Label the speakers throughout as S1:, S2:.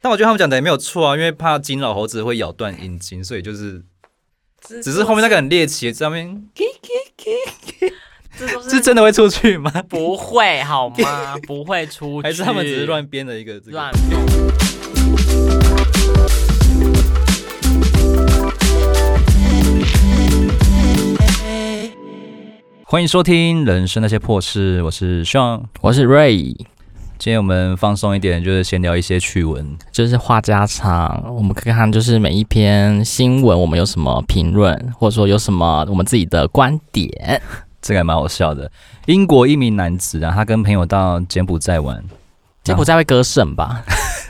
S1: 但我觉得他们讲的也没有错啊，因为怕金老猴子会咬断引擎，所以就是只是后面那个很猎奇，上面
S2: 这都
S1: 是真的会出去吗？
S2: 不会好 吗？不会出去，
S1: 还是他们只是乱编的一个这个？
S2: 乱弄
S1: 欢迎收听《人生那些破事》，我是 Sean。
S2: 我是 Ray，
S1: 今天我们放松一点，就是闲聊一些趣闻。
S2: 就是话家常。我们看看就是每一篇新闻，我们有什么评论，或者说有什么我们自己的观点。
S1: 这个还蛮好笑的。英国一名男子啊，他跟朋友到柬埔寨玩，
S2: 柬埔寨会割肾 吧？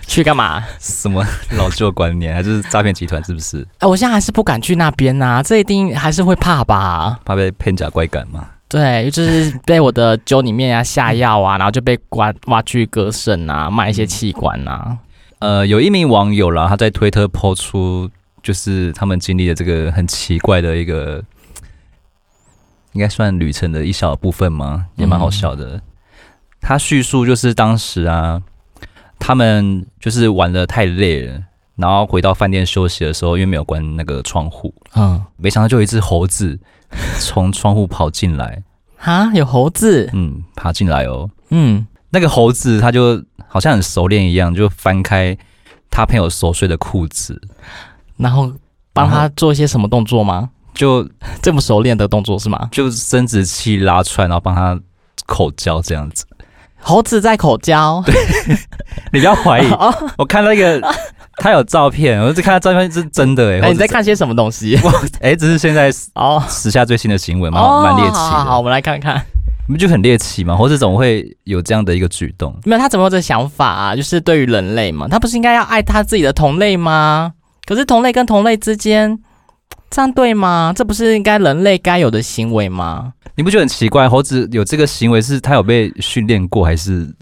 S2: 去干嘛？
S1: 什么老旧观念，还是诈骗集团是不是？
S2: 哎、我现在还是不敢去那边呐、这一定还是会怕吧？
S1: 怕被骗假怪感吗？
S2: 对，就是被我的酒里面啊下药啊，然后就被挖挖去割肾啊，卖一些器官啊。
S1: 呃，有一名网友啦，他在推特抛出就是他们经历的这个很奇怪的一个，应该算旅程的一小部分吗？也蛮好笑的。他叙述就是当时啊，他们就是玩的太累了，然后回到饭店休息的时候，因为没有关那个窗户，
S2: 嗯，
S1: 没想到就有一只猴子 从窗户跑进来，
S2: 哈，有猴子，
S1: 嗯，爬进来哦。
S2: 嗯，
S1: 那个猴子他就好像很熟练一样，就翻开他朋友熟睡的裤子，
S2: 然后帮
S1: 然
S2: 他做一些什么动作吗？
S1: 就
S2: 这么熟练的动作是吗？
S1: 就生殖器拉出来，然后帮他口交这样子。
S2: 猴子在口交，
S1: 你不要怀
S2: 哦
S1: 疑，我看那个他有照片，我只看他照片是真的哎、
S2: 哎，
S1: 欸。
S2: 你在看些什么东西？
S1: 哎、这是现在
S2: 哦，
S1: 时下最新的新闻，蛮
S2: 哦
S1: 好蛮猎
S2: 好好
S1: 奇
S2: 好，
S1: 的，
S2: 我们来看看，
S1: 你不就很猎奇吗？猴子总会有这样的一个举动。
S2: 没有他怎么有这想法啊？就是对于人类嘛，他不是应该要爱他自己的同类吗？可是同类跟同类之间，这样对吗？这不是应该人类该有的行为吗？
S1: 你不觉得很奇怪？猴子有这个行为是他有被训练过，还是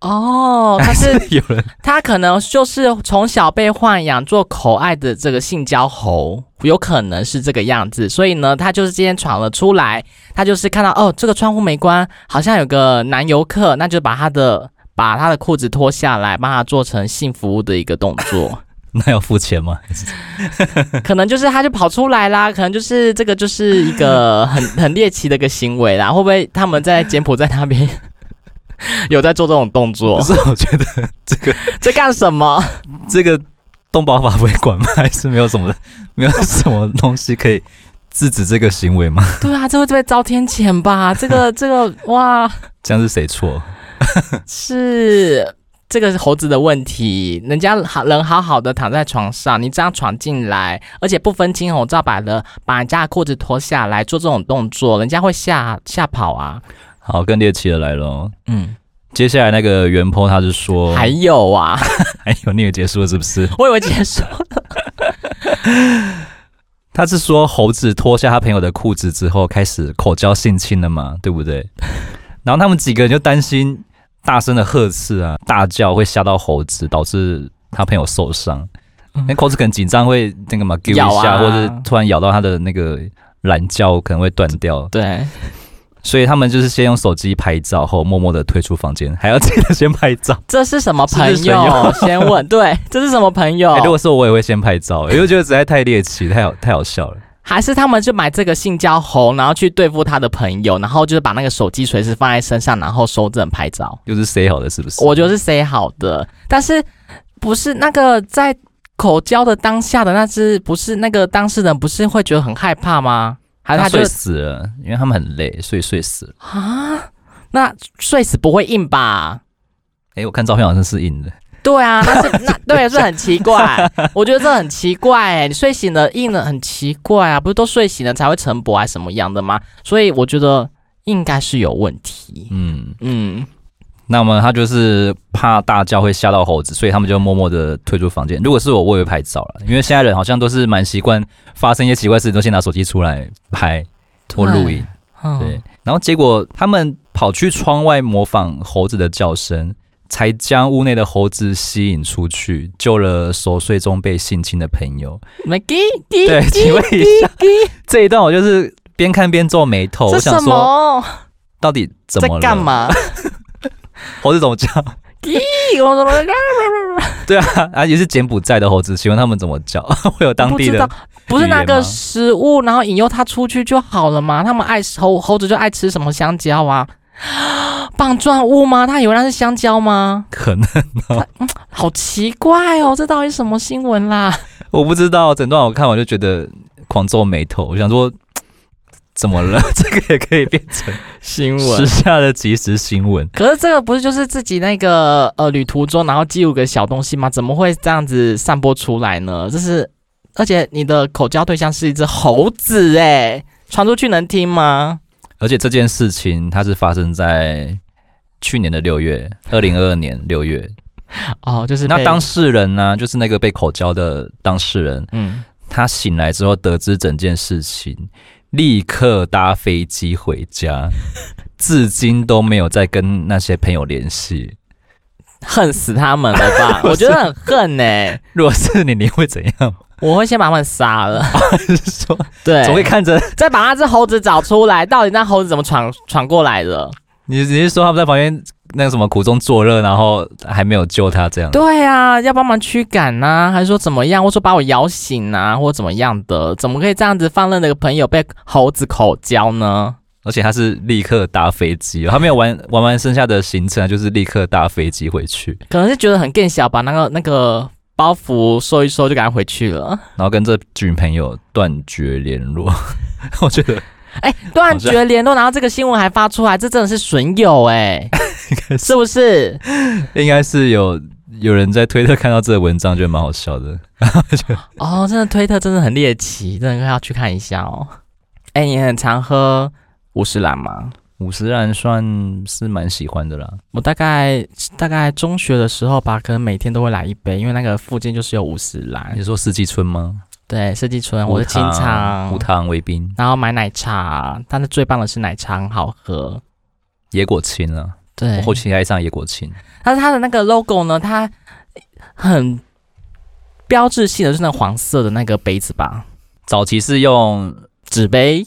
S2: 哦，他是
S1: 有人
S2: 他可能就是从小被豢养做口爱的这个性交猴，有可能是这个样子，所以呢，他就是今天闯了出来，他就是看到哦，这个窗户没关，好像有个男游客，那就把他的把他的裤子脱下来，帮他做成性服务的一个动作，
S1: 那要付钱吗？
S2: 可能就是他就跑出来啦，可能就是这个就是一个很很猎奇的一个行为啦，会不会他们在柬埔寨那边 有在做这种动
S1: 不
S2: 作，
S1: 是，我觉得这个
S2: 在干什么？
S1: 这个动保法不会管吗？还是没有什么没有什么东西可以制止这个行为吗？
S2: 对啊，这会被遭天谴 吧？这个这个哇，
S1: 这样是谁错？
S2: 是这个是猴子的问题。人家好人好好的躺在床上，你这样闯进来，而且不分青红皂白的把人家的裤子脱下来做这种动作，人家会吓吓跑啊。
S1: 好，更猎奇的来了哦。
S2: 嗯，
S1: 接下来那个袁坡他是说，
S2: 还有啊，
S1: 还有你也结束了是不是？
S2: 我以为结 束。
S1: 他是说猴子脱下他朋友的裤子之后开始口交性侵了嘛，对不对？然后他们几个人就担心大声的呵斥啊、大叫会吓到猴子，导致他朋友受伤。那猴子可能紧张会那个嘛丢一下，
S2: 嗯咬啊
S1: 或者突然咬到他的那个懒觉可能会断掉，
S2: 对，
S1: 所以他们就是先用手机拍照，后默默的退出房间，还要记得先拍照。
S2: 这是什么朋
S1: 是不是
S2: 友？
S1: 朋 友
S2: 先问，对，这是什么朋友？
S1: 哎、如果是我，我也会先拍照，因为我觉得实在太猎奇，太好太好笑了。
S2: 还是他们就买这个性交猴，然后去对付他的朋友，然后就是把那个手机随时放在身上，然后收证拍照。
S1: 又是谁好的，是不是？
S2: 我觉得是 say 好的，但是不是那个在口交的当下的那只，不是那个当事人，不是会觉得很害怕吗？还是
S1: 他
S2: 哎他就
S1: 睡死了，因为他们很累，所以睡死了。
S2: 啊？那睡死不会硬吧？
S1: 哎、我看照片好像是硬的，
S2: 对啊，那是那对，这很奇怪。我觉得这很奇怪、欸，你睡醒了硬了很奇怪啊，不是都睡醒了才会晨勃还是什么样的吗？所以我觉得应该是有问题。
S1: 嗯，
S2: 嗯，
S1: 那么他就是怕大叫会吓到猴子，所以他们就默默的退出房间。如果是我，我也会拍照了，因为现在人好像都是蛮习惯发生一些奇怪事情，都先拿手机出来拍或录影。
S2: 嗯
S1: 对，，然后结果他们跑去窗外模仿猴子的叫声，才将屋内的猴子吸引出去，救了熟睡中被性侵的朋 友。
S2: 没给给
S1: 对，请问一下，这一段我就是边看边皱眉头，我
S2: 这
S1: 想
S2: 什
S1: 说
S2: 么？
S1: 到底怎
S2: 在
S1: 么了
S2: 干？嘛？
S1: 猴子怎么叫？
S2: 咦，我怎么
S1: 对啊，啊也是柬埔寨的猴子，请问他们怎么叫？ 会有当地
S2: 不知
S1: 的
S2: 道？不是
S1: 语言
S2: 那个
S1: 吗
S2: 食物，然后引诱它出去就好了嘛？他们爱吃猴猴子就爱吃什么香蕉啊？ 棒状物吗？他以为那是香蕉吗？
S1: 可能
S2: 好奇怪哦，这到底什么新闻啦？
S1: 我不知道，整段我看完就觉得狂皱眉头，我想说怎么了？ 这个也可以变成
S2: 新
S1: 时下的即时新闻。
S2: 可是这个不是就是自己那个呃旅途中，然后记录个小东西吗？怎么会这样子散播出来呢？这是，而且你的口交对象是一只猴子哎、传出去能听吗？
S1: 而且这件事情它是发生在去年的六月，二零二二年六月。
S2: 哦，就是
S1: 那
S2: 被
S1: 当事人呢、就是那个被口交的当事人，
S2: 嗯，
S1: 他醒来之后得知整件事情，立刻搭飞机回 家，至今都没有再跟那些朋友联系。
S2: 恨死他们了吧？ 我觉得很恨呢、
S1: 如果是你，你会怎 样？
S2: 我会先把他们杀了，
S1: 说
S2: 对，
S1: 总会看着
S2: 再把那只猴子找出来，到底那猴子怎么闯闯过来的？
S1: 你，你是说他们在旁边那个什么苦中作乐，然后还没有救他这样？
S2: 对啊，要帮忙驱赶呐、还是说怎么样，或说把我摇醒啊，或怎么样的？怎么可以这样子放任那个朋友被猴子口交呢？
S1: 而且他是立刻搭飞机，他没有玩玩完剩下的行程，他就是立刻搭飞机回去，
S2: 可能是觉得很更小，把那个那个包袱收一收就赶快回去了。
S1: 然后跟这群朋友断绝联络。 我觉得
S2: 哎、断绝联络，然后这个新闻还发出来，这真的是损友 哎、是不是？
S1: 应该是有有人在推特看到这个文章，觉得蛮好笑的。
S2: 哦，真的推特真的很猎奇，真的要去看一下哦。哎、你很常喝五十兰吗？
S1: 五十岚算是蛮喜欢的啦，
S2: 我大概大概中学的时候吧，可能每天都会来一杯，因为那个附近就是有五十兰
S1: 你，说四季春吗？
S2: 对，四季春，哎啊我是清
S1: 无
S2: 仓，
S1: 糖微冰、
S2: 然后买奶茶，但是最棒的是奶茶很好喝，
S1: 野果青啊，
S2: 对
S1: 我，后期爱上野果青，
S2: 但是它的那个 logo 呢，它很标志性的就是那个黄色的那个杯子吧，
S1: 早期是用
S2: 纸杯、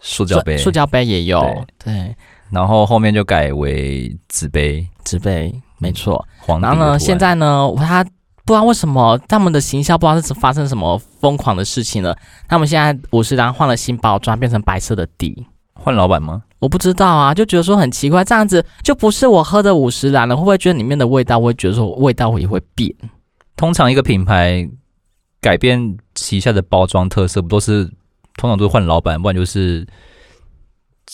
S1: 塑胶杯，
S2: 塑胶杯也有，对，
S1: 然后后面就改为纸杯，
S2: 纸杯，没错。
S1: 黄底的
S2: 然
S1: 图
S2: 后呢，
S1: 案
S2: 现在呢，他不知道为什么他们的行销不知道是发生什么疯狂的事情了。他们现在五十岚换了新包装，变成白色的底。
S1: 换老板吗？
S2: 我不知道啊，就觉得说很奇怪，这样子就不是我喝的五十岚了，会不会觉得里面的味道，我会觉得说味道也会变？
S1: 通常一个品牌改变旗下的包装特色，不都是通常都是换老板，不然就是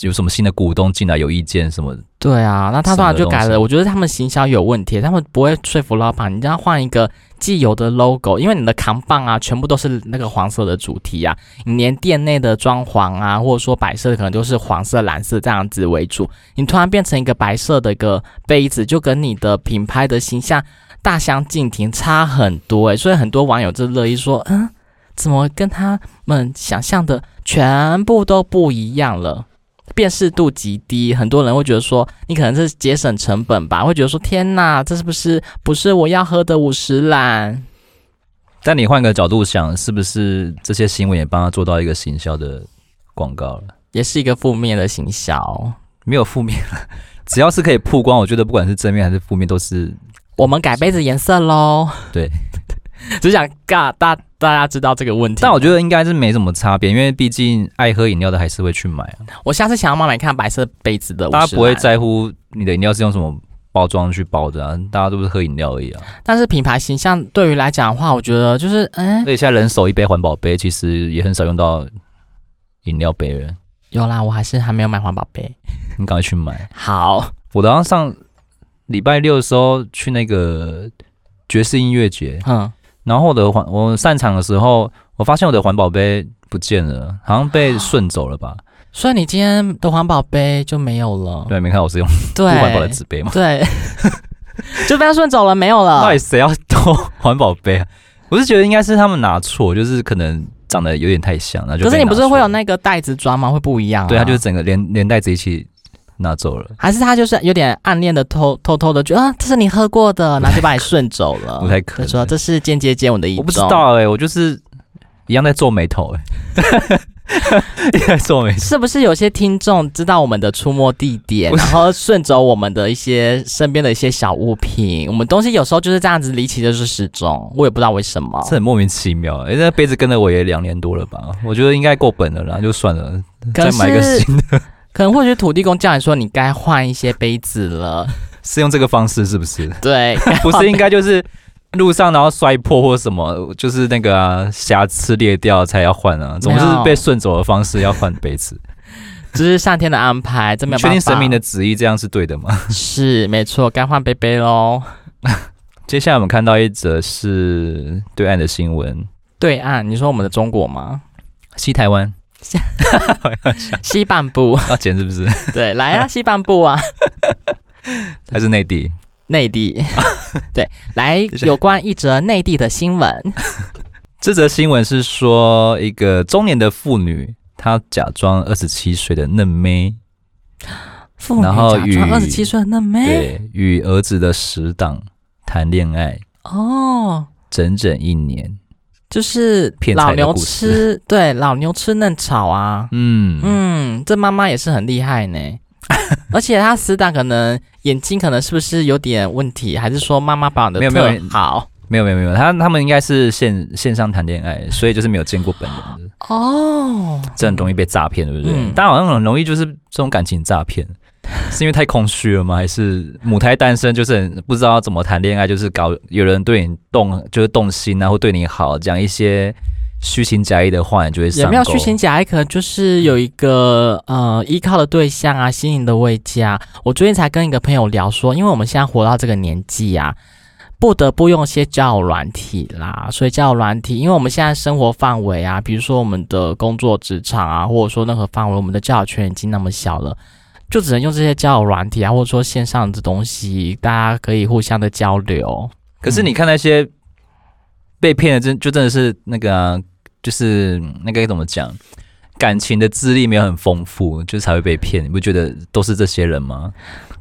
S1: 有什么新的股东进来有意见什么的。
S2: 对啊，那他当然就改
S1: 什么东
S2: 了。
S1: 西
S2: 我觉得他们行销有问题，他们不会说服老板，你要换一个既有的 logo，因为你的扛棒啊，全部都是那个黄色的主题啊，你连店内的装潢啊，或者说摆设可能都是黄色、蓝色这样子为主，你突然变成一个白色的一个杯子，就跟你的品牌的形象大相径庭，差很多诶、所以很多网友就乐意说，嗯，怎么跟他们想象的全部都不一样了？辨识度极低，很多人会觉得说，你可能是节省成本吧，会觉得说，天哪，这是不是不是我要喝的五十兰？
S1: 但你换个角度想，是不是这些新闻也帮他做到一个行销的广告了？
S2: 也是一个负面的行销。
S1: 没有负面了，只要是可以曝光，我觉得不管是正面还是负面，都是
S2: 我们改杯子颜色喽。
S1: 对，
S2: 只想尬大大家知道这个问题。
S1: 但我觉得应该是没什么差别，因为毕竟爱喝饮料的还是会去买啊，
S2: 我下次想要买买看白色杯子的，
S1: 大家不会。在乎你的饮料是用什么包装去包的啊，大家都是喝饮料而已啊。
S2: 但是品牌形象对于来讲的话，我觉得就是，嗯、
S1: 而且现在人手一杯环保杯，其实也很少用到饮料杯了。
S2: 有啦，我还是还没有买环保杯。
S1: 你赶快去买！
S2: 好，
S1: 我好像上礼拜六的时候去那个爵士音乐节，
S2: 嗯，
S1: 然后我的环我散场的时候，我发现我的环保杯不见了，好像被顺走了吧？
S2: 所以你今天的环保杯就没有了。
S1: 对，没看我是用
S2: 对，
S1: 不环保的纸杯吗？
S2: 对， 就被他顺走了，没有了
S1: 到。底谁要偷环保杯啊？我是觉得应该是他们拿错，就是可能长得有点太像，那就
S2: 可是
S1: 被
S2: 你
S1: 拿
S2: 不是
S1: 错
S2: 会有
S1: 了
S2: 那个袋子装吗？会不一样、啊。
S1: 对，他就是整个连连带子一起拿走了。
S2: 还是他就是有点暗恋的偷偷偷的觉得啊，这是你喝过的， 然后就把你顺走了。
S1: 不太可能
S2: 哦就
S1: 欸
S2: 说这是间接接吻的一 种。
S1: 我不知。道哎、我就是一样在皱眉头哎、应该说没错。
S2: 是不是有些听众知道我们的出没地点，
S1: 不
S2: 然后顺走我们的一些身边的一些小物品？我们东西有时候就是这样子离奇的就是失踪，我也不知道为什么。
S1: 这很莫名其妙，哎、那杯子跟了我也两年多了吧？我觉得应该够本了啦，就算了，再
S2: 可
S1: 买一个
S2: 是
S1: 新的。
S2: 可能或许土地公叫你说你该换一些杯子 了，
S1: 是用这个方式是不是？
S2: 对，
S1: 不是应该就是路上然后摔破或什么，就是那个啊、瑕疵裂掉才要换啊，总是
S2: No
S1: 被顺走的方式要换杯子。
S2: 这是上天的安排，真
S1: 你
S2: 没有
S1: 确
S2: 办法。
S1: 定神明的旨意这样是对的吗？
S2: 是没错，该换杯杯喽。
S1: 接下来我们看到一则是对岸的新闻，
S2: 对岸，你说我们的中 国吗？
S1: 西台湾
S2: 西半部，
S1: 要剪是不 是？
S2: 对，来啊，西半部啊，
S1: 还是内地？
S2: 内地，对，来有关一则内地的新闻。
S1: 这则新闻是说，一个中年的妇女，她假装二十七岁的嫩妹，
S2: 妇女
S1: 然后
S2: 假装
S1: 与
S2: 二十七岁的嫩妹
S1: 对，与儿子的死党谈恋爱
S2: 哦，
S1: 整整一年。
S2: 就是
S1: 骗财
S2: 老
S1: 的
S2: 牛
S1: 故
S2: 吃对老牛吃嫩草啊，
S1: 嗯嗯，
S2: 嗯，这妈妈也是很厉 害呢。而且她死党可能眼睛可能是不是有点问题，还是说妈妈保养的
S1: 没有没有
S2: 特好
S1: 没有没有没有，他他们应该是线线上谈恋爱，所以就是没有见过本人的，
S2: 哦？
S1: 这很容易被诈骗，对不对？
S2: 嗯
S1: 大家好像很容易就是这种感情诈骗， 是因为太空虚了吗？还是母胎单身，就是很不知道怎么谈恋爱，就是搞有人对你动，就是动心啊，或对你好，讲一些虚情假意的话，你就会上
S2: 也
S1: 钩。嗯
S2: 没有虚情假意，可能就是有一个呃依靠的对象啊，心灵的慰藉啊。我最近才跟一个朋友聊说，因为我们现在活到这个年纪啊，不得不用一些交友软体啦。所以交友软体，因为我们现在生活范围啊，比如说我们的工作职场啊，或者说任何范围，我们的交友圈已经那么小了。就只能用这些交友软体啊，或者说线上的东西，大家可以互相的交流。
S1: 可是你看那些被骗的真，就真的是那个啊、就是那个该怎么讲，感情的资历没有很丰富，就是才会被骗。你不觉得都是这些人吗？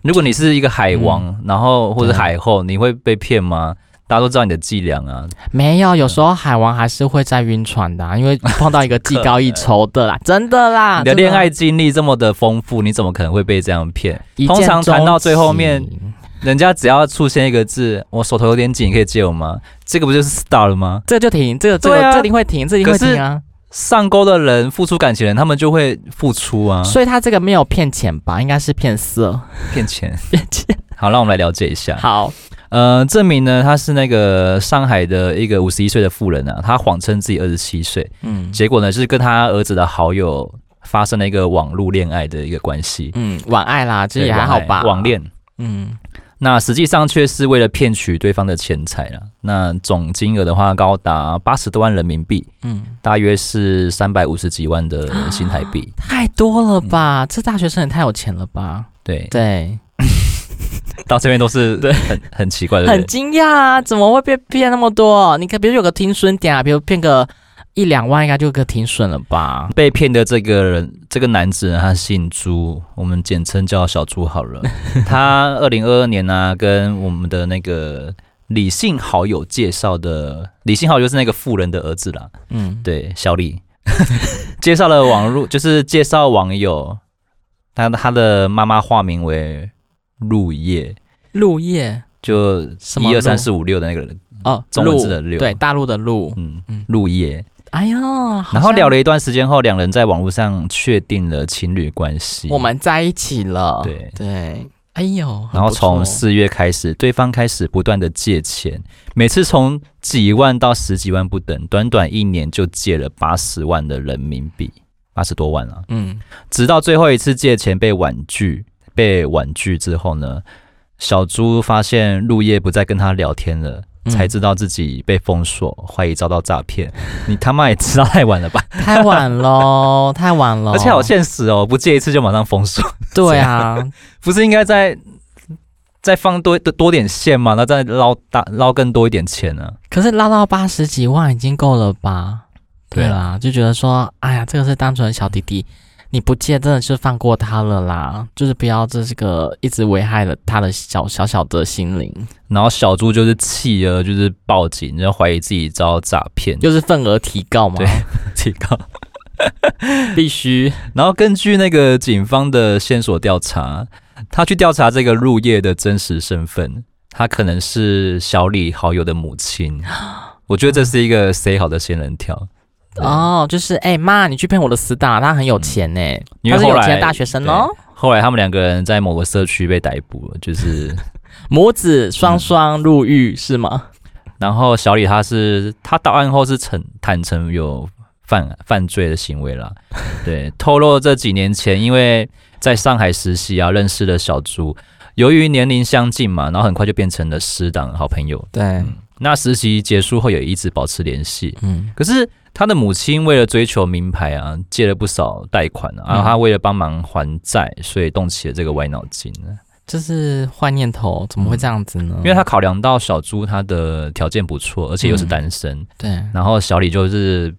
S1: 如果你是一个海王，然后或者
S2: 对
S1: 海后，你会被骗吗？大家都知道你的伎俩啊，
S2: 没有，有时候海王还是会在晕船的 啊、因为碰到一个技高一筹的啦，真的啦。
S1: 你的
S2: 真
S1: 恋爱经历这么的丰富，你怎么可能会被这样骗？
S2: 一见
S1: 通常谈到最后面
S2: 钟情，
S1: 人家只要出现一个字，我手头有点紧，你可以借我吗？这个不就是 star 了吗？
S2: 这个就停，这个这个、
S1: 对啊
S2: 这个一定会停，这个一定会停啊。
S1: 上钩的人，付出感情的人，他们就会付出啊，
S2: 所以他这个没有骗钱吧，应该是骗色。
S1: 骗钱。
S2: 骗钱。
S1: 好，让我们来了解一下。
S2: 好，
S1: 呃，这名呢，他是那个上海的一个五十一岁的妇人啊，她谎称自己二十七岁，
S2: 嗯
S1: 结果呢是跟她儿子的好友发生了一个网络恋爱的一个关系，
S2: 嗯，晚爱啦，这也
S1: 对
S2: 还好吧。
S1: 网爱网，恋。
S2: 嗯，
S1: 那实际上却是为了骗取对方的钱财啦。那总金额的话高达八十多万人民币，
S2: 嗯，
S1: 大约是三百五十几万的新台 币。
S2: 太多了吧？这大学生也太有钱了吧？
S1: 嗯对，
S2: 对，
S1: 到这边都是很很奇怪的，
S2: 很惊讶啊，怎么会被骗那么多？你看，比如有个停损点啊，比如骗个一两万，应该就有个停损了吧？
S1: 被骗的这个人，这个男子呢，他姓朱，我们简称叫小朱好 了。他二零二二年呢、啊跟我们的那个李姓好友介绍的，李姓好友就是那个富人的儿子啦，
S2: 嗯，
S1: 对，小 李介绍了网络，就是介绍网友，他他的妈妈化名为陆叶，
S2: 入夜
S1: 就
S2: 什么
S1: 一
S2: 陆
S1: 二三四五六的那个人，
S2: 哦，
S1: 中文字
S2: 陆
S1: 的六
S2: 对，大陆的陆。
S1: 嗯
S2: 嗯，
S1: 陆叶。
S2: 哎呦，好
S1: 然后
S2: 像
S1: 聊了一段时间后，两人在网络上确定了情侣关系。
S2: 我们在一起了。
S1: 对
S2: 对，哎呦，
S1: 然后
S2: 很不错
S1: 从四月开始，对方开始不断的借钱，每次从几万到十几万不等，短短一年就借了八十万的人民币，八十多万啊！
S2: 嗯，
S1: 直到最后一次借钱被婉拒，被婉拒之后呢，小朱发现陆叶不再跟他聊天了。
S2: 嗯
S1: 才知道自己被封锁，怀疑遭到诈骗。你他妈也知道太晚了吧？
S2: 太晚喽，太晚了，
S1: 而且好现实哦，不借一次就马上封锁，
S2: 对啊，
S1: 不是应该再再放多多多点线吗？那再捞大捞更多一点钱呢、
S2: 可是拉到八十几万已经够了吧？
S1: 对啊
S2: 对啦，就觉得说，哎呀，这个是单纯的小弟弟，你不借真的是放过他了啦，就是不要这是个一直危害了他的小小小的心灵，
S1: 然后小猪就是气了，就是报警，然后怀疑自己遭诈骗，就
S2: 就是份额提高嘛
S1: 对。提高。
S2: 必须
S1: 然后根据那个警方的线索调查，他去调查这个入夜的真实身份，他可能是小李好友的母亲。我觉得这是一个塞好的仙人跳，对
S2: 哦，就是哎妈，你去骗我的死党，他很有钱呢、
S1: 因为
S2: 他是
S1: 后
S2: 有
S1: 来
S2: 钱的大学生哦。
S1: 后来他们两个人在某个社区被逮捕了，就是，
S2: 母子双双入狱、是吗？
S1: 然后小李他是他到案后是承坦诚有犯犯罪的行为啦，对，透露这几年前因为在上海实习啊认识的小朱，由于年龄相近嘛，然后很快就变成了师党好朋友。
S2: 对，
S1: 那实习结束后也一直保持联系，
S2: 嗯，
S1: 可是他的母亲为了追求名牌啊，借了不少贷款啊，然后他为了帮忙还债，所以动起了这个歪脑筋啊。
S2: 这是坏念头，怎么会这样子呢？
S1: 因为他考量到小朱他的条件不错，而且又是单身，
S2: 对，
S1: 然后小李就是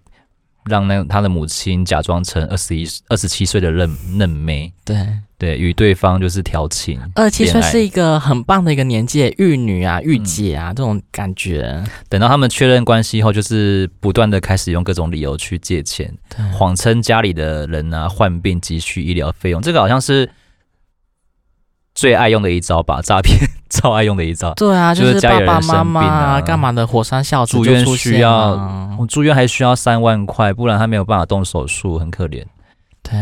S1: 让那他的母亲假装成二十一、二十七岁的嫩嫩妹，
S2: 对，
S1: 对，与对方就是调情。
S2: 二十七岁
S1: 恋爱
S2: 是一个很棒的一个年纪，玉女啊、玉姐啊、这种感觉，
S1: 等到他们确认关系后，就是不断的开始用各种理由去借钱，
S2: 对
S1: 谎称家里的人啊患病急需医疗费用，这个好像是最爱用的一招吧，诈骗 超爱用的一招。
S2: 对啊，
S1: 就是
S2: 是
S1: 家
S2: 爸
S1: 里
S2: 爸
S1: 人
S2: 妈
S1: 生
S2: 妈
S1: 病啊
S2: 干嘛的，火山孝子
S1: 住
S2: 就
S1: 院
S2: 出
S1: 需
S2: 现
S1: 要
S2: 啊
S1: 我住院还需要三万块，不然他没有办法动手术，很可怜。
S2: 对，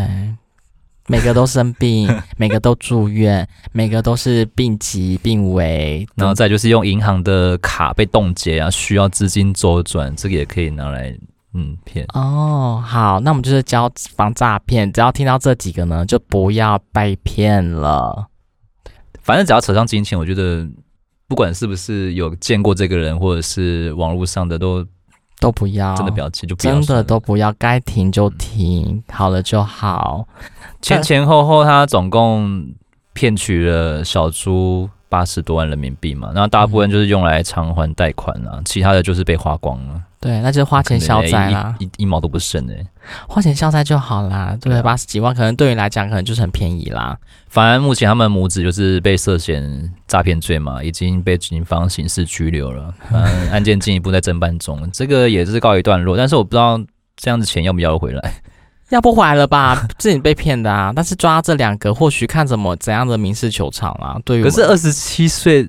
S2: 每个都生病， 每个都住院，每个都是病急病危，
S1: 然后再就是用银行的卡被冻结啊，需要资金周转，这个也可以拿来嗯骗。
S2: 哦，好，那我们就是教防诈骗，只要听到这几个呢，就不要被骗了。
S1: 反正只要扯上金钱，我觉得不管是不是有见过这个人，或者是网络上的，都
S2: 都不要，
S1: 真的不要接，就不要
S2: 啊真
S1: 算
S2: 的
S1: 了嗯
S2: 都不要，该停就停，好了就好。
S1: 前前后后，他总共骗取了小猪八十多万人民币嘛，然后大部分就是用来偿还贷款啊，其他的就是被花光了，
S2: 对，那就是花钱嗯消灾啦
S1: 可能，一一一一毛都不剩哎、
S2: 花钱消灾就好啦，对
S1: 对啊
S2: 八十几万可能对你来讲可能就是很便宜啦。
S1: 反而目前他们母子就是被涉嫌诈骗罪嘛，已经被警方刑事拘留了，反 正案件进一步在侦办中，这个也是告一段落，但是我不知道这样子钱要不要回 来。
S2: 要不回来了吧？ 自己被骗的啊！但是抓这两个，或许看怎么怎样的民事求偿啦、对于
S1: 可是
S2: 我们
S1: 二十七岁，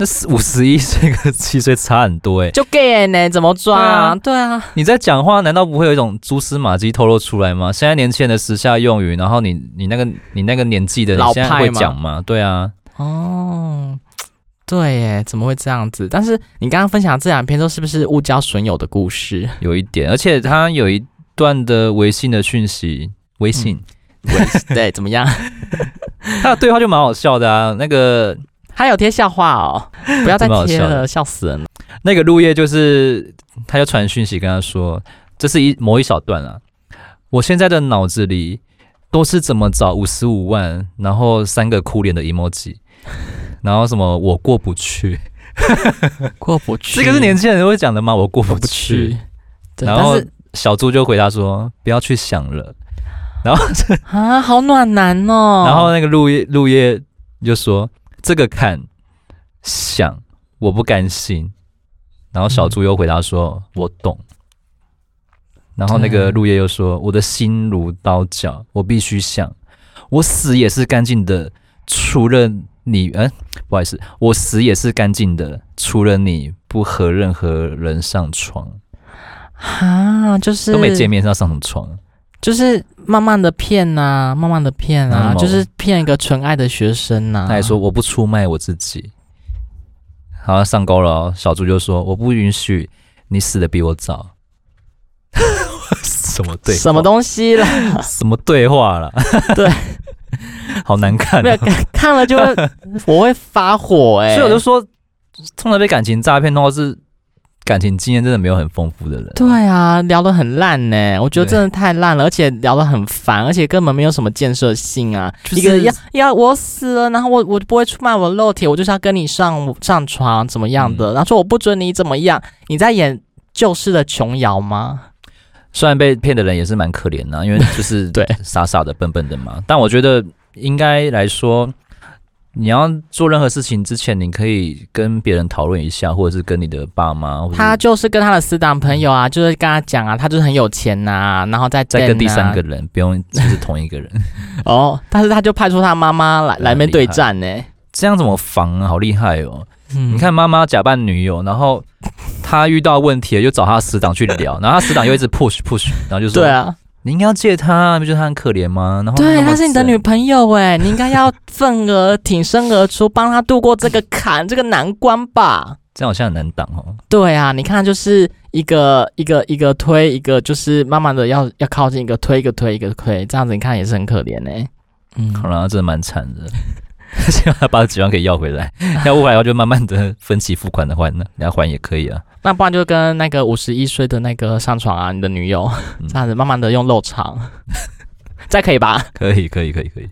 S1: 那是五十一岁跟七岁差很多哎、
S2: 就 gay 呢，怎么抓、啊？对啊，
S1: 你在讲话，难道不会有一种蛛丝马迹透露出来吗？现在年轻人的时下用语，然后你你那个你那个年纪的，
S2: 老
S1: 你现在会
S2: 派吗
S1: 讲吗？对啊，
S2: 哦，对耶，怎么会这样子？但是你刚刚分享这两篇都是不是误交损友的故事？
S1: 有一点，而且他有一段的微信的讯息，微信、
S2: 对，怎么样？
S1: 他的对话就蛮好笑的啊。那个
S2: 还有贴笑话 哦，不要再
S1: 蛮好
S2: 贴
S1: 笑的
S2: 了，笑死人了。
S1: 那个陆叶就是，他就传讯息跟他说，这是一某一小段啊，我现在的脑子里都是怎么找五十五万，然后三个哭脸的 emoji，然后什么我过不去。
S2: 过不去，
S1: 这个是年轻人会讲的吗？我过
S2: 过
S1: 不
S2: 不去
S1: 去。。
S2: 对，
S1: 然
S2: 但
S1: 后
S2: 是
S1: 小猪就回答说：“不要去想了。
S2: 啊，好暖男哦。
S1: 然后那个陆叶陆叶就说：“这个看想，我不甘心。”然后小猪又回答说：“我懂。”然后那个
S2: 对
S1: 陆叶又说：“我的心如刀绞，我必须想，我死也是干净的，除了你。嗯，不好意思，我死也是干净的，除了你不和任何人上床，
S2: 啊，就是
S1: 都没见面，是要上什么床？
S2: 就是慢慢的骗呐、慢慢的骗
S1: 那
S2: 啊，
S1: 么
S2: 就是骗一个纯爱的学生啊呐、
S1: 嗯他还说我不出卖我自己，好像上钩了、哦。小猪就说我不允许你死的比我早。 什么对话
S2: 什么东 西啦？
S1: 什么对话了？
S2: 对，
S1: 好难看、
S2: 没有
S1: 哦。
S2: 看看了 就会，我会发火哎、
S1: 所以我就说，通常被感情诈骗的话是感情经验真的没有很丰富的人。
S2: 对啊，聊得很烂呢、我觉得
S1: 对
S2: 真的太烂了，而且聊得很烦，而且根本没有什么建设性啊。
S1: 就是
S2: 一个要要我死了，然后我我不会出卖我的肉体，我就是要跟你上上床怎么样
S1: 嗯
S2: 的，然后说我不准你怎么样，你在演旧式的琼瑶吗？
S1: 虽然被骗的人也是蛮可怜 的、因为就是
S2: 对
S1: 傻傻的、笨笨的嘛。但我觉得应该来说，你要做任何事情之前，你可以跟别人讨论一下，或者是跟你的爸妈，或者
S2: 他就是跟他的死党朋友啊，就是跟他讲啊，他就是很有钱呐、然后再、
S1: 再跟第三个人，不用是同一个 人，
S2: 哦，但是他就派出他妈妈来
S1: 很
S2: 来面对
S1: 厉害
S2: 战呢、
S1: 这样怎么防啊？好厉害哦！
S2: 嗯
S1: 你，看妈妈假扮女友，然后她遇到问题了，就找她死党去聊， 然后她死党又一直 push push，然后就说：“
S2: 对啊，你
S1: 你应该要借她，不觉得她很可怜吗？”然后
S2: 对，
S1: 哦那么
S2: 她是你的
S1: 省
S2: 女朋友哎，你应该要份额挺身而出，帮她度过这个坎、这个难关吧。
S1: 这样好像很难挡哦。
S2: 对啊，你看，就是一个一个一个推，一个就是慢慢的要要靠近一个推，一个推，一个推，这样子你看也是很可怜呢、嗯，
S1: 好啊了，真的蛮惨的。 希望他把几万给要回来， 要不回来我就慢慢的分期付款的还呢，你要还也可以啊。
S2: 那不然就跟那个五十一岁的那个上床啊，你的女友、
S1: 嗯
S2: 这样子慢慢的用肉肠， 这样可以吧？
S1: 可以，可以，可以，可以。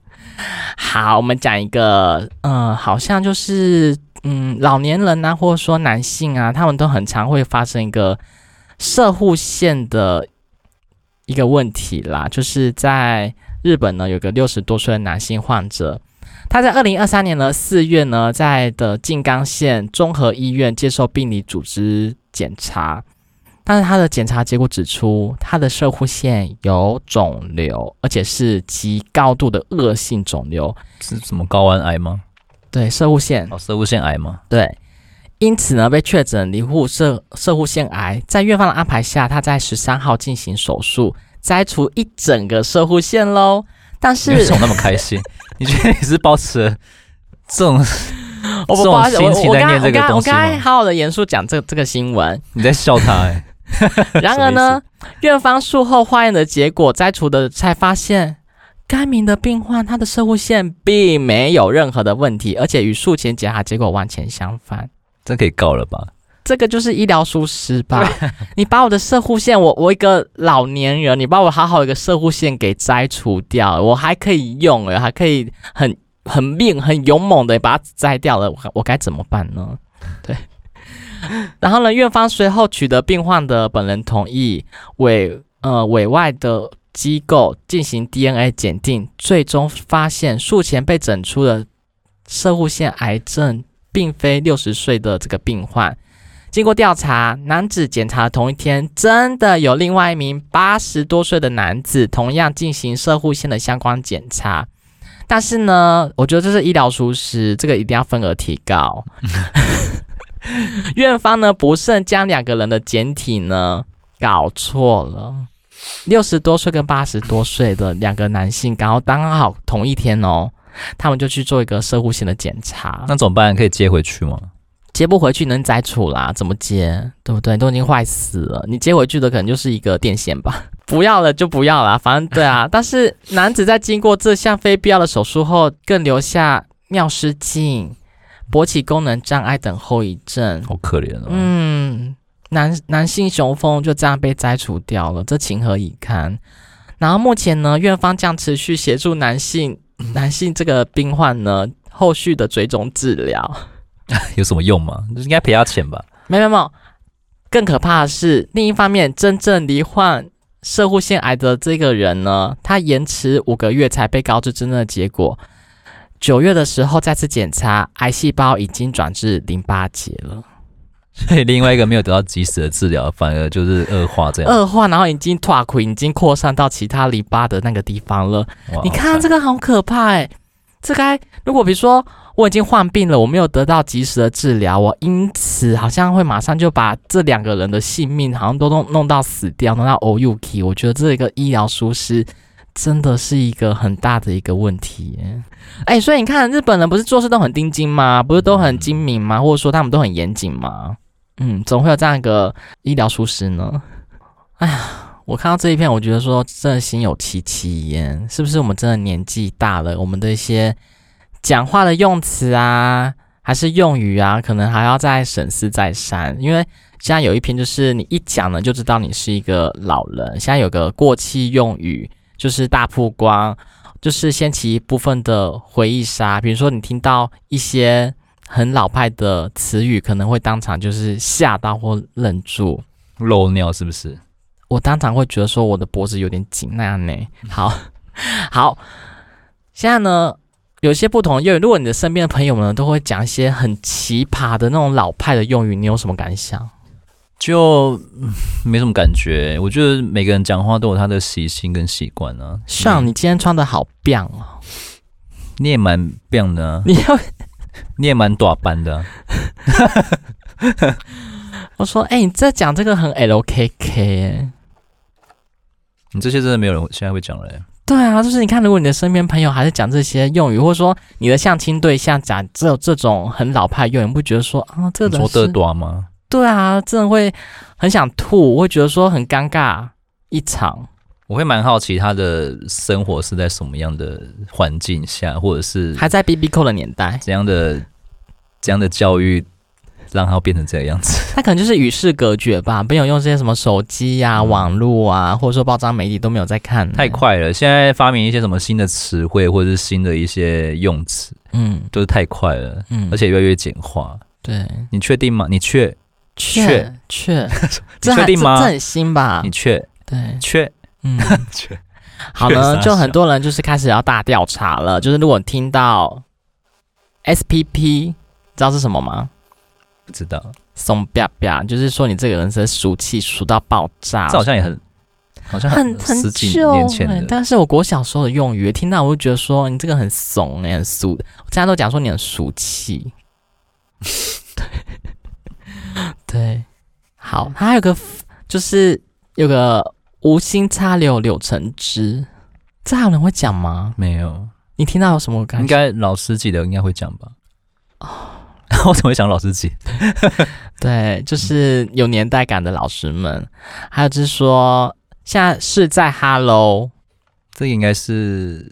S2: 好，我们讲一个，嗯、好像就是嗯老年人啊，或者说男性啊，他们都很常会发生一个射护线的一个问题啦，就是在日本呢，有个六十多岁的男性患者。他在二零二三年的四月呢，在的静冈县综合医院接受病理组织检查，但是他的检查结果指出，他的射护腺有肿瘤，而且是极高度的恶性肿瘤。
S1: 是什么睾丸癌吗？
S2: 对，射护腺，
S1: 哦，射物腺癌吗？
S2: 对，因此呢被确诊罹患射射护腺癌，在院方的安排下，他在十三号进行手术，摘除一整个射护腺喽。但
S1: 你为
S2: 是
S1: 什么那么开 心？你觉得你是保持了这种
S2: 我
S1: 这
S2: 不
S1: 种
S2: 好意思，我
S1: 心情
S2: 我
S1: 在
S2: 刚
S1: 念
S2: 我
S1: 这个
S2: 刚我
S1: 东西
S2: 刚
S1: 吗
S2: 才好好的严肃讲这这个新 闻，
S1: 你在笑他、欸？
S2: 然而呢，院方术后化验的结果摘除的才发现，该名的病患他的射护腺并没有任何的问题，而且与术前检查结果完全相反。
S1: 这可以告了吧？
S2: 这个就是医疗疏失吧？你把我的射护腺，我我一个老年人，你把我好好一个射护腺给摘除掉，我还可以用了，还可以很很命很勇猛的把它摘掉了，我我该怎么办呢？对。然后呢，院方随后取得病患的本人同意，委呃委外的机构进行 DNA 检定，最终发现术前被诊出的射护腺癌症并非六十岁的这个病患。经过调查，男子检查的同一天，真的有另外一名八十多岁的男子同样进行射护线的相关检查。但是呢，我觉得这是医疗疏失，这个一定要份额提高。 院方呢不慎将两个人的简体呢搞错了，六十多岁跟八十多岁的两个男性，然后刚好同一天哦，他们就去做一个射护线的检查。
S1: 那怎么办？可以接回去吗？
S2: 接不回去能摘除啦，怎么接？对不对？都已经坏死了，你接回去的可能就是一个电线吧。 不要了就不要啦，反正对啊。但是男子在经过这项非必要的手术后，更留下尿失禁、勃起功能障碍等后遗症。
S1: 好可怜哦。
S2: 嗯，男男性雄风就这样被摘除掉了，这情何以堪？然后目前呢，院方将持续协助男性男性这个病患呢后续的追踪治疗。
S1: 有什么用吗？就是应该赔他钱吧？
S2: 没有没有，更可怕的是，另一方面，真正罹患射护腺癌的这个人呢，他延迟五个月才被告知真正的结果。九月的时候再次检查，癌细胞已经转至淋巴结了，
S1: 所以另外一个没有得到及时的治疗，反而就是恶化这样。
S2: 恶化，然后已经拓溃，已经扩散到其他淋巴的那个地方了。
S1: 哇
S2: 你看这
S1: 个，
S2: 个好可怕哎、这该如果比如说我已经患病了，我没有得到及时的治疗，我因此好像会马上就把这两个人的性命好像都弄弄到死掉，弄到 O U K。我觉得这个医疗疏失真的是一个很大的一个问题耶。哎、所以你看日本人不是做事都很盯紧吗？不是都很精明吗？或者说他们都很严谨吗？嗯，总会有这样一个医疗疏失呢。哎呀，我看到这一篇，我觉得说真的心有戚戚焉，是不是我们真的年纪大了，我们的一些讲话的用词啊，还是用语啊，可能还要再审视再三，因为现在有一篇就是你一讲呢就知道你是一个老人，现在有个过气用语就是大曝光，就是掀起一部分的回忆杀，比如说你听到一些很老派的词语，可能会当场就是吓到或愣住。
S1: 漏尿是不是？
S2: 我当场会觉得说
S1: 嗯
S2: 我的脖子有点紧那样呢。好，好，现在呢，有一些不同的用语。如果你的身边的朋友们都会讲一些很奇葩的那种老派的用语，你有什么感想？
S1: 就嗯没什么感觉。我觉得每个人讲话都有他的习性跟习惯啊。
S2: 像
S1: 你
S2: 你今天穿的好棒哦，
S1: 你也蛮棒的、啊，
S2: 你要
S1: 你也蛮短班的啊、
S2: 我说，哎、你这讲这个很 LKK 哎、
S1: 你这些真的没有人现在会讲了欸、
S2: 对啊，就是你看，如果你的身边朋友还是讲这些用语，或者说你的相亲对象讲这这种很老派的用语，你不觉得说啊，这
S1: 你
S2: 种
S1: 说的短吗？
S2: 对啊，真的会很想吐，我会觉得说很尴尬一场。
S1: 我会蛮好奇他的生活是在什么样的环境下，或者是
S2: 还在 B B 扣的年代，
S1: 怎样的怎样的教育让他变成这个样子。
S2: 他可能就是与世隔绝吧，没有用这些什么手机呀、
S1: 嗯
S2: 网络啊，或者说报章媒体都没有在看、
S1: 太，快了！现在发明一些什么新的词汇，或者是新的一些用词，
S2: 嗯
S1: 都是太快了，
S2: 嗯，
S1: 而且越来越简化。
S2: 对，
S1: 你确定吗？你确确
S2: 确确，
S1: 你
S2: 这
S1: 确
S2: 还
S1: 定
S2: 这
S1: 吗
S2: 这很新吧
S1: 你？确
S2: 对，
S1: 确
S2: 啊 嗯。
S1: 确
S2: 好
S1: 确实
S2: 呢，
S1: 啊
S2: 就很多人就是开始要大调查了。就是如果你听到 SPP，知道是什么吗？
S1: 不知道？
S2: 松啪啪，就是说你这个人是俗气俗到爆炸
S1: 这，好像也很，好像
S2: 啊很很
S1: 十几
S2: 旧
S1: 年前
S2: 欸
S1: 的。
S2: 但是我国小时候的用语，听到我就觉得说你这个很怂哎、很俗。我家都讲说你很俗气。对， 对，好，它还有个就是有个无心插柳柳橙汁，这还有人会讲吗？
S1: 没有，
S2: 你听到有什么感
S1: 应
S2: 觉？
S1: 该老司机的应该会讲吧？
S2: 哦
S1: 我怎么会想老司机？
S2: 对，就是有年代感的老师们，还有就是说，现在是在 Hello，
S1: 这个应该是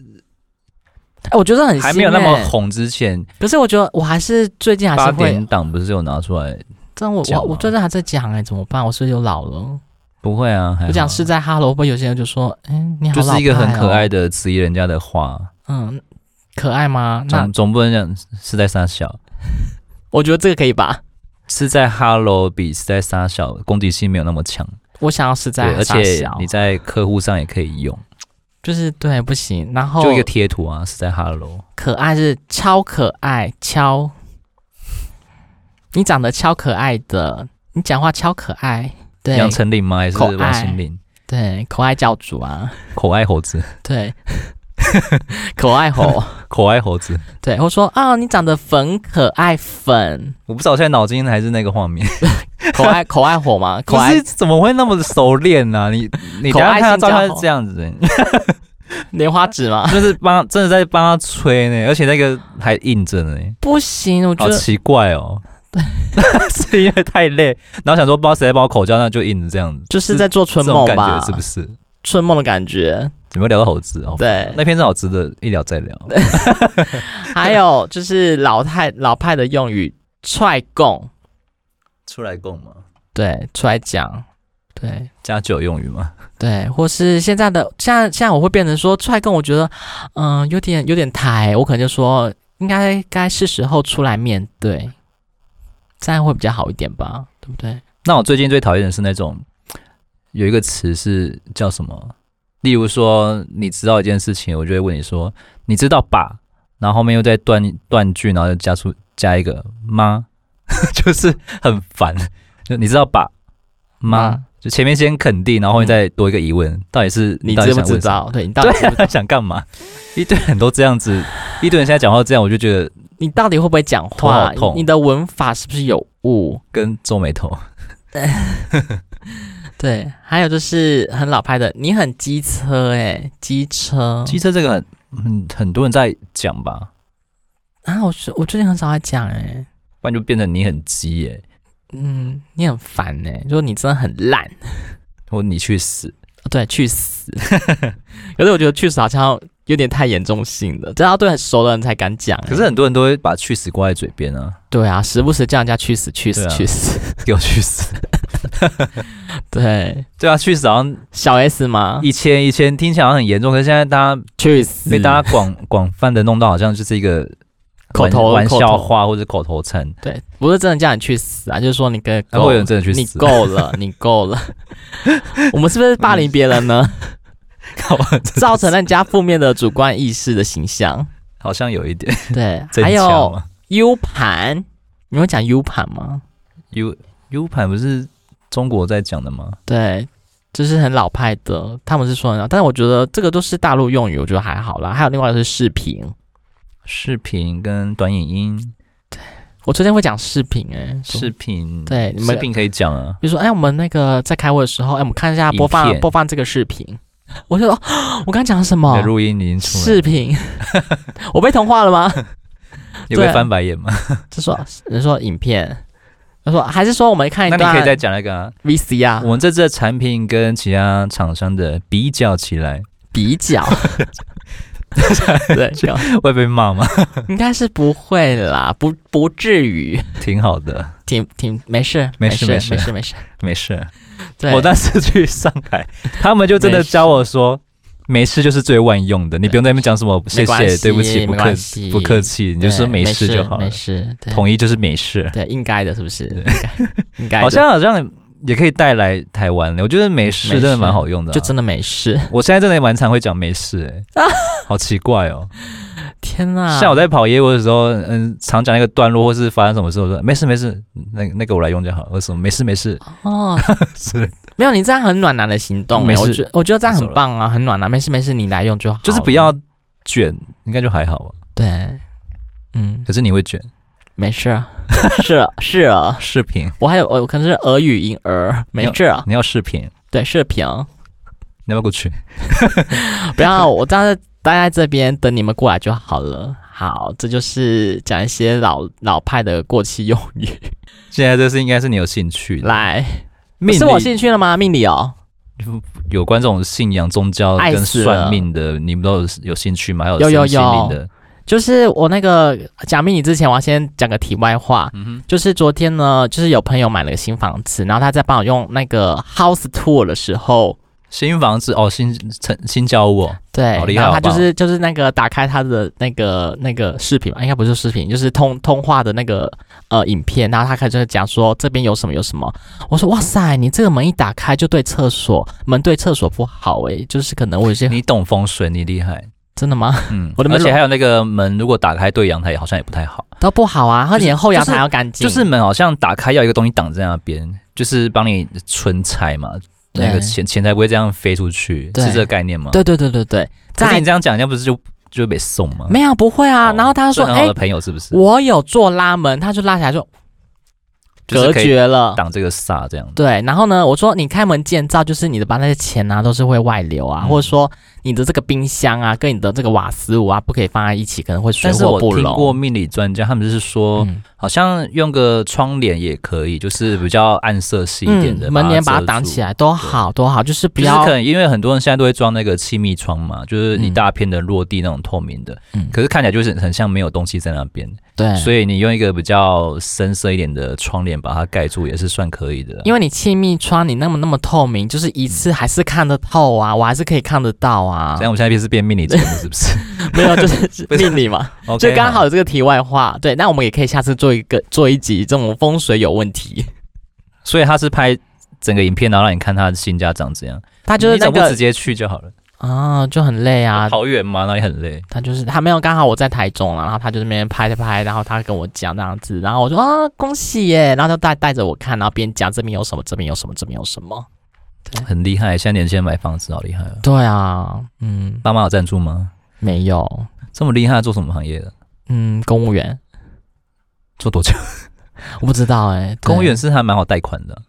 S2: 哎、我觉得很
S1: 还没有那么
S2: 新欸，
S1: 红之前，
S2: 可是我觉得我还是最近还
S1: 八
S2: 欸啊是会
S1: 点，档不是有拿出来？
S2: 真我
S1: 讲
S2: 我
S1: 吗
S2: 我最近还在讲哎、怎么办？我是不是又老了？
S1: 不会啊，还好
S2: 我讲是在 Hello，会不会有些人就说，哎、你好、
S1: 就
S2: 老
S1: 是一个很
S2: 派哦
S1: 可爱，的质疑人家的话。
S2: 嗯，可爱吗？那
S1: 总总不能讲是在撒小，
S2: 我觉得这个可以吧。
S1: 是在 Hello 比是在撒小攻击性没有那么强，
S2: 我想要是在
S1: 对，而
S2: 傻
S1: 且
S2: 笑
S1: 你在客户上也可以用，
S2: 就是对不行，然后
S1: 就一个贴图啊，是在 Hello，
S2: 可爱是超可爱，超。你长得超可爱的，你讲话超可爱，对
S1: 杨丞琳吗？还是
S2: 口爱
S1: 王心凌？
S2: 对，可爱教主啊，
S1: 口爱猴子，
S2: 对，可爱猴，
S1: 口爱猴子，
S2: 对，或说啊、你长得粉可爱粉，
S1: 我不知道我现在脑筋还是那个画面，
S2: 可爱可爱火嘛，可
S1: 可
S2: 爱
S1: 是怎么会那么熟练呢、你你
S2: 口
S1: 等一下
S2: 爱
S1: 看他
S2: 性
S1: 照片
S2: 交
S1: 是这样子、
S2: 莲花指嘛，
S1: 就是帮真的在帮他吹呢、而且那个还印着呢、
S2: 不行，我觉
S1: 好
S2: 得
S1: 奇怪哦。对， 是因为太累，然后想说不知道谁在帮我口交，那就印着这样子。
S2: 就是在做春
S1: 这种
S2: 梦
S1: 感
S2: 吧
S1: 觉，是不是？
S2: 春梦的感觉，
S1: 有没有聊到猴子哦？
S2: 对，
S1: 那篇正好值得一聊再聊。
S2: 还有就是老太老派的用语，踹供，
S1: 出来供吗？
S2: 对，踹讲，对。
S1: 加酒用语吗？
S2: 对，或是现在的现在现在我会变成说出来跟我觉得，嗯、有点有点抬，我可能就说应该该是时候出来面对，这样会比较好一点吧，对不对？
S1: 那我最近最讨厌的是那种有一个词是叫什么？例如说，你知道一件事情，我就会问你说：“你知道吧？”然后后面又再断断句，然后又加出加一个“妈”， 就是很烦。就你知道吧？妈
S2: 妈，
S1: 就前面先肯定，然后后面再多一个疑问，到底是
S2: 你
S1: 到底
S2: 知不
S1: 想问
S2: 知
S1: 什么
S2: 道？对你到底知不知
S1: 他
S2: 道？
S1: 想干嘛？一堆人都这样子，一堆人现在讲话这样，我就觉得
S2: 你到底会不会讲
S1: 头好
S2: 话？
S1: 痛
S2: 你的文法是不是有误？
S1: 跟皱眉头。
S2: 对，还有就是很老派的，你很机车哎、机车
S1: 机车这个很很嗯很多人在讲吧，
S2: 啊！我是我最近很少在讲哎、
S1: 不然就变成你很鸡耶、
S2: 嗯，你很烦哎、就是你真的很烂。
S1: 或你去死。
S2: 对，去死。 可是我觉得去死好像有点太严重性了，这要对很熟的人才敢讲、哎
S1: 可是很多人都会把去死挂在嘴边啊，
S2: 对啊，时不时叫人家去死，去死，
S1: 对啊
S2: 去死。
S1: 给我去死。
S2: 对，
S1: 对啊，去死好像
S2: 小 S 吗？
S1: 以前以前听起来好像很严重，可是现在大家
S2: 去死，
S1: 被大家广广泛的弄到，好像就是一个
S2: 口头
S1: 玩玩
S2: 口
S1: 笑
S2: 头
S1: 话或者口头禅。
S2: 对，不是真的叫你去死啊，就是说你跟
S1: 然
S2: 够
S1: 后有人真的去
S2: 你
S1: 死，
S2: 够了，你够了。我们是不是 霸凌别人呢？
S1: 搞
S2: 造成人家负面的主观意识的形象？
S1: 好像有一点。
S2: 对，
S1: 真
S2: 还
S1: 巧
S2: 有
S1: 吗
S2: U 盘，你会讲 U 盘吗？
S1: U U 盘不是中国在讲的吗？
S2: 对，就是很老派的，他们是说很老，但是我觉得这个都是大陆用语，我觉得还好啦。还有另外一个是视频，
S1: 视频跟短影音，
S2: 我最近会讲视频、欸，哎，
S1: 视频
S2: 对你们
S1: 视频可以讲啊。
S2: 比如说，哎，我们那个在开会的时候，哎，我们看一下
S1: 影
S2: 播放
S1: 片
S2: 播放这个视频。 我就说， 哦我刚讲什
S1: 你
S2: 么
S1: 的？录音已经出来了，
S2: 视频， 我被同化了吗？
S1: 你会
S2: 对
S1: 翻白眼吗？
S2: 就说人说影片，他说还是说我们看一
S1: 那你可以再
S2: 段
S1: 讲那个啊。
S2: VC 啊
S1: 我，们这次的产品跟其他厂商的比较起来，
S2: 比较，对，这样
S1: 会被骂 吗？
S2: 应该是不会啦，不不至于，
S1: 挺好的，
S2: 挺挺没事，
S1: 没
S2: 事
S1: 事
S2: 没
S1: 没事
S2: 没事没事，
S1: 没事。
S2: 对，
S1: 我当时去上海，他们就真的教我说，没事就是最万用的，你不用在那边讲什么谢
S2: 没关
S1: 谢、
S2: 系
S1: 对不起、不
S2: 没
S1: 客
S2: 关系
S1: 不客气，你就
S2: 对
S1: 说没事就好了
S2: 没。事，对
S1: 统一就是没事，
S2: 对应该的，是不是？
S1: 对
S2: 应该应该的
S1: 好像好像也可以带来台湾的。我觉得没事
S2: 没事
S1: 真的蛮好用的啊、
S2: 就真的没事。
S1: 我现在真的蛮常会讲没事、 欸，好奇怪哦。
S2: 天哪，
S1: 像我在跑业务的时候，嗯，常讲一个段落，或是发生什么事，我说没事没事，那那个我来用就好了，为什么没事没事
S2: 哦，
S1: 是，
S2: 没有你这样很暖男的行动、
S1: 没
S2: 欸，我
S1: 事
S2: 觉我觉得这样
S1: 走
S2: 很
S1: 了
S2: 棒啊，很暖男，没事没事，你来用就好了，
S1: 就是不要卷，应该就还好吧。啊
S2: 对，嗯，
S1: 可是你会卷
S2: 没事啊， 是啊是啊，
S1: 视频，
S2: 我还有我可能是俄语婴儿，没事啊，
S1: 你要视频，
S2: 对，视
S1: 你
S2: 频，
S1: 要不要过去？
S2: 不要，我当时待在这边等你们过来就好了。好，这就是讲一些老老派的过气用语。
S1: 现在这是应该是你有兴趣的，
S2: 来，
S1: 命理
S2: 是我兴趣了吗？命理哦，
S1: 有关这种信仰、宗教
S2: 爱
S1: 跟
S2: 死了
S1: 算命的，你们都有有兴趣吗？还有
S2: 有有
S1: 身心灵
S2: 有
S1: 的，
S2: 就是我那个讲命理之前，我要先讲个题外话。
S1: 嗯哼，
S2: 就是昨天呢，就是有朋友买了个新房子，然后他在帮我用那个 house tour 的时候，
S1: 新房子哦，新成新教务哦，
S2: 对
S1: 好，厉害
S2: 然后
S1: 好
S2: 他
S1: 棒
S2: 就是就是那个打开他的那个那个视频吧，应该不是视频，就是通通话的那个呃影片，然后他开始就是讲说这边有什么有什么，我说哇塞，你这个门一打开就对厕所，门对厕所不好诶、就是可能我有些
S1: 你懂风水，你厉害，
S2: 真的吗
S1: 嗯，
S2: 我的门
S1: 而
S2: 楼
S1: 且还有那个门，如果打开对阳台，好像也不太好。
S2: 都不好啊，然后你的后阳
S1: 就是
S2: 台要干净，
S1: 就是门好像打开要有一个东西挡在那边，就是帮你存财嘛，
S2: 对
S1: 那个钱钱才不会这样飞出去，
S2: 对
S1: 是这个概念吗？，
S2: 对对对对对，
S1: 可是
S2: 在
S1: 你这样讲，人家不是就就被送吗？
S2: 没有不会啊，
S1: 哦
S2: 然后他
S1: 是
S2: 说
S1: 很
S2: 哎、
S1: 好的朋友是不是？
S2: 我有做拉门，他就拉起来就
S1: 就是
S2: 隔
S1: 可以
S2: 绝了。
S1: 挡这个煞这样。
S2: 对，然后呢，我说你开门建造，就是你的把那些钱啊，都是会外流啊，
S1: 嗯
S2: 或者说你的这个冰箱啊，跟你的这个瓦斯炉啊，不可以放在一起，可能会水
S1: 但是
S2: 火
S1: 我
S2: 不嗯
S1: 听过
S2: 容。
S1: 命理专家，他们就是说，
S2: 嗯
S1: 好像用个窗帘也可以，就是比较暗色系一点的，
S2: 嗯门帘把
S1: 把
S2: 它挡起
S1: 来。
S2: 来都好，都好，就是不
S1: 就是
S2: 要
S1: 可能因为很多人现在都会装那个气密窗嘛，就是一
S2: 嗯
S1: 大片的落地那种透明的，
S2: 嗯
S1: 可是看起来就是很像没有东西在那边。
S2: 对，
S1: 所以你用一个比较深色一点的窗帘把它盖住也是算可以的。
S2: 因为你气密窗你那么那么透明，就是一次还是看得透啊，我还是可以看得到啊
S1: 这。样我们现在是变命理节目是不是
S2: 没有，就是 命理嘛，
S1: ？OK，
S2: 就刚好有这个题外话。对，那我们也可以下次做一个做一集这种风水有问 题。
S1: 所以他是拍整个影片，然后让你看他的新家长怎样。
S2: 他
S1: 他
S2: 就是那
S1: 怎么不直
S2: 个
S1: 接去就好了？
S2: 啊，就很累啊，
S1: 跑远嘛，那也很累。
S2: 他就是他没有，刚好我在台中了，然后他就那边拍拍拍，然后他跟我讲这样子，然后我说啊恭喜耶，然后就带带着我看，然后边讲这边有什么，这边有什么，这边有什么。
S1: 很厉害，现在年轻人买房子好厉害啊！
S2: 对啊，嗯，
S1: 爸妈有赞助吗？
S2: 没有，
S1: 这么厉害，做什么行业的？
S2: 嗯，公务员
S1: 做多久？
S2: 我不知道哎，对
S1: 欸公务员是还蛮好贷款的。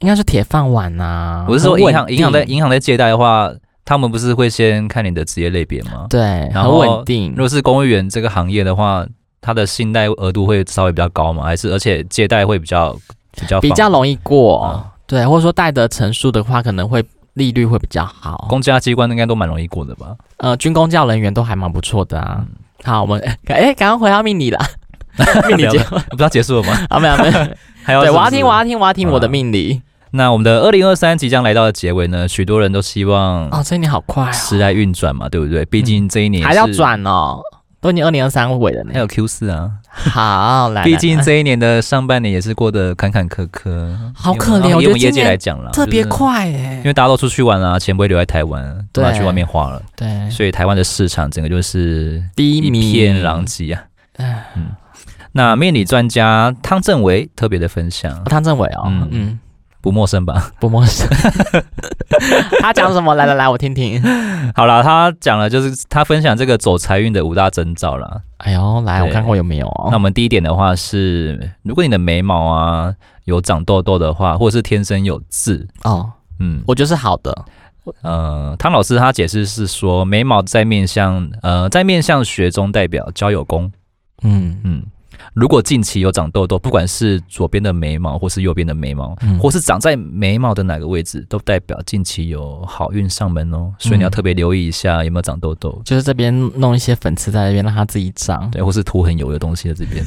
S2: 应该是铁饭碗呐、
S1: 我是说
S2: 很稳
S1: 银行，银行在
S2: 定
S1: 银行在借贷的话，他们不是会先看你的职业类别吗？
S2: 对，
S1: 然
S2: 很
S1: 后
S2: 稳定
S1: 如，果是公务员这个行业的话，它的信贷额度会稍微比较高嘛，还是而且借贷会比较比较
S2: 比较
S1: 放
S2: 容易过，
S1: 嗯
S2: 对，或者说贷的成数的话，可能会利率会比较好。
S1: 公家机关应该都蛮容易过的吧？
S2: 呃，军工教人员都还蛮不错的啊。
S1: 嗯
S2: 好，我们哎，赶、快回到命理了， 命理
S1: 聊
S2: 节
S1: 了
S2: 目
S1: 不知道结束了吗？
S2: 啊，没有没有。
S1: 还有
S2: 对，
S1: 是
S2: 我
S1: 不
S2: 要
S1: 是
S2: 听，我要听，我要听
S1: 好
S2: 我的
S1: 啦
S2: 命理。
S1: 那我们的二零二三即将来到的结尾呢，许多人都希望
S2: 哦，这一年好快哦，
S1: 时来运转嘛，对不对？毕竟这一年
S2: 嗯还要
S1: 是
S2: 转哦。都已经二零二三尾了
S1: 还
S2: 呢。
S1: 有 Q 四啊，
S2: 好，来，
S1: 毕
S2: 来
S1: 竟
S2: 来
S1: 这一年的上半年也是过得坎坎坷坷，
S2: 好
S1: 因为
S2: 可怜
S1: 啊
S2: 我
S1: 以
S2: 觉得
S1: 我们业
S2: 今
S1: 界
S2: 年
S1: 来讲啦，
S2: 特别
S1: 就是
S2: 快
S1: 因
S2: 哎，
S1: 为大家都出去玩啊，钱不会留在台湾，都拿去
S2: 对
S1: 外面花了，
S2: 对，
S1: 所以台湾的市场整个就是
S2: 低
S1: 一
S2: 迷
S1: 片狼藉啊。
S2: 唉
S1: 嗯，那命理专家汤正维特别的分享
S2: 哦，汤镇伟哦，
S1: 嗯
S2: 嗯，
S1: 不陌生吧？
S2: 不陌 生。他讲什么？来来来，我听听。
S1: 好啦，他讲了就是他分享这个走财运的五大征兆啦。
S2: 哎呦，来，
S1: 对
S2: 我看看我有没有
S1: 那我
S2: 哦。
S1: 们第一点的话是，如果你的眉毛啊有长痘痘的话，或者是天生有痣，
S2: 哦，
S1: 嗯，
S2: 我就是好的。
S1: 呃，汤老师他解释是说，眉毛在面相呃在面相学中代表交友宫，
S2: 嗯
S1: 嗯，如果近期有长痘痘，不管是左边的眉毛或是右边的眉毛，
S2: 嗯
S1: 或是长在眉毛的哪个位置，都代表近期有好运上门哦。所以你要
S2: 嗯
S1: 特别留意一下有没有长痘痘，
S2: 就是这边弄一些粉刺在那边，让它自己长。
S1: 对，或是涂很油的东西在这边。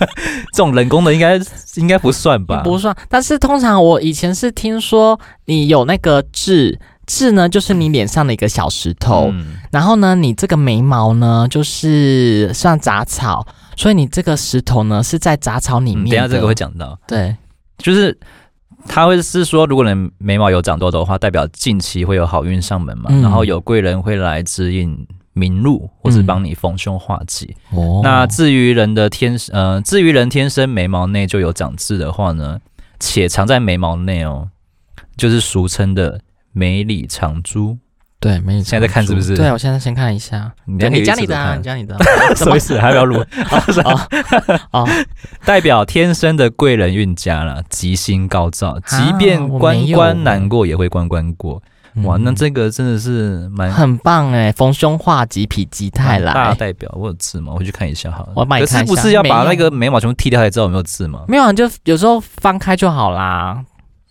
S1: 这种人工的应该应该不算吧？
S2: 不算，但是通常我以前是听说，你有那个痣，痣呢就是你脸上的一个小石头，
S1: 嗯
S2: 然后呢，你这个眉毛呢就是像杂草，所以你这个石头呢是在杂草里
S1: 嗯
S2: 面、
S1: 等一下这个会，讲到，
S2: 对，
S1: 就是。他会是说，如果你眉毛有长痘痘的话，代表近期会有好运上门嘛，
S2: 嗯
S1: 然后有贵人会来指引明路，或是
S2: 嗯
S1: 帮你逢凶化吉。
S2: 哦
S1: 那至于人的天生，呃，至于人天生眉毛内就有长痣的话呢，且藏在眉毛内哦，就是俗称的眉里长珠。
S2: 对，没
S1: 现在在看是不是
S2: 对，我现在先看一下，
S1: 你
S2: 对
S1: 等下可以
S2: 你讲
S1: 一
S2: 你
S1: 起
S2: 的、啊，
S1: 看
S2: 你讲你的、
S1: 什么意思？还不要录？
S2: 啊，哦，
S1: 代表天生的贵人运佳啦，吉星高照，即便
S2: 我
S1: 关
S2: 没有
S1: 关难过也会关关过。 哇，那这个真的是蛮
S2: 很棒哎，逢凶化吉，否极泰
S1: 蛮大的
S2: 来。
S1: 代表。我有痣吗？我回去看一下好了。
S2: 我帮你
S1: 可是
S2: 看一下
S1: 不是要
S2: 没
S1: 把
S2: 有
S1: 那个眉毛全部剃掉才知道有没有痣吗？
S2: 没有，啊，就有时候翻开就好啦。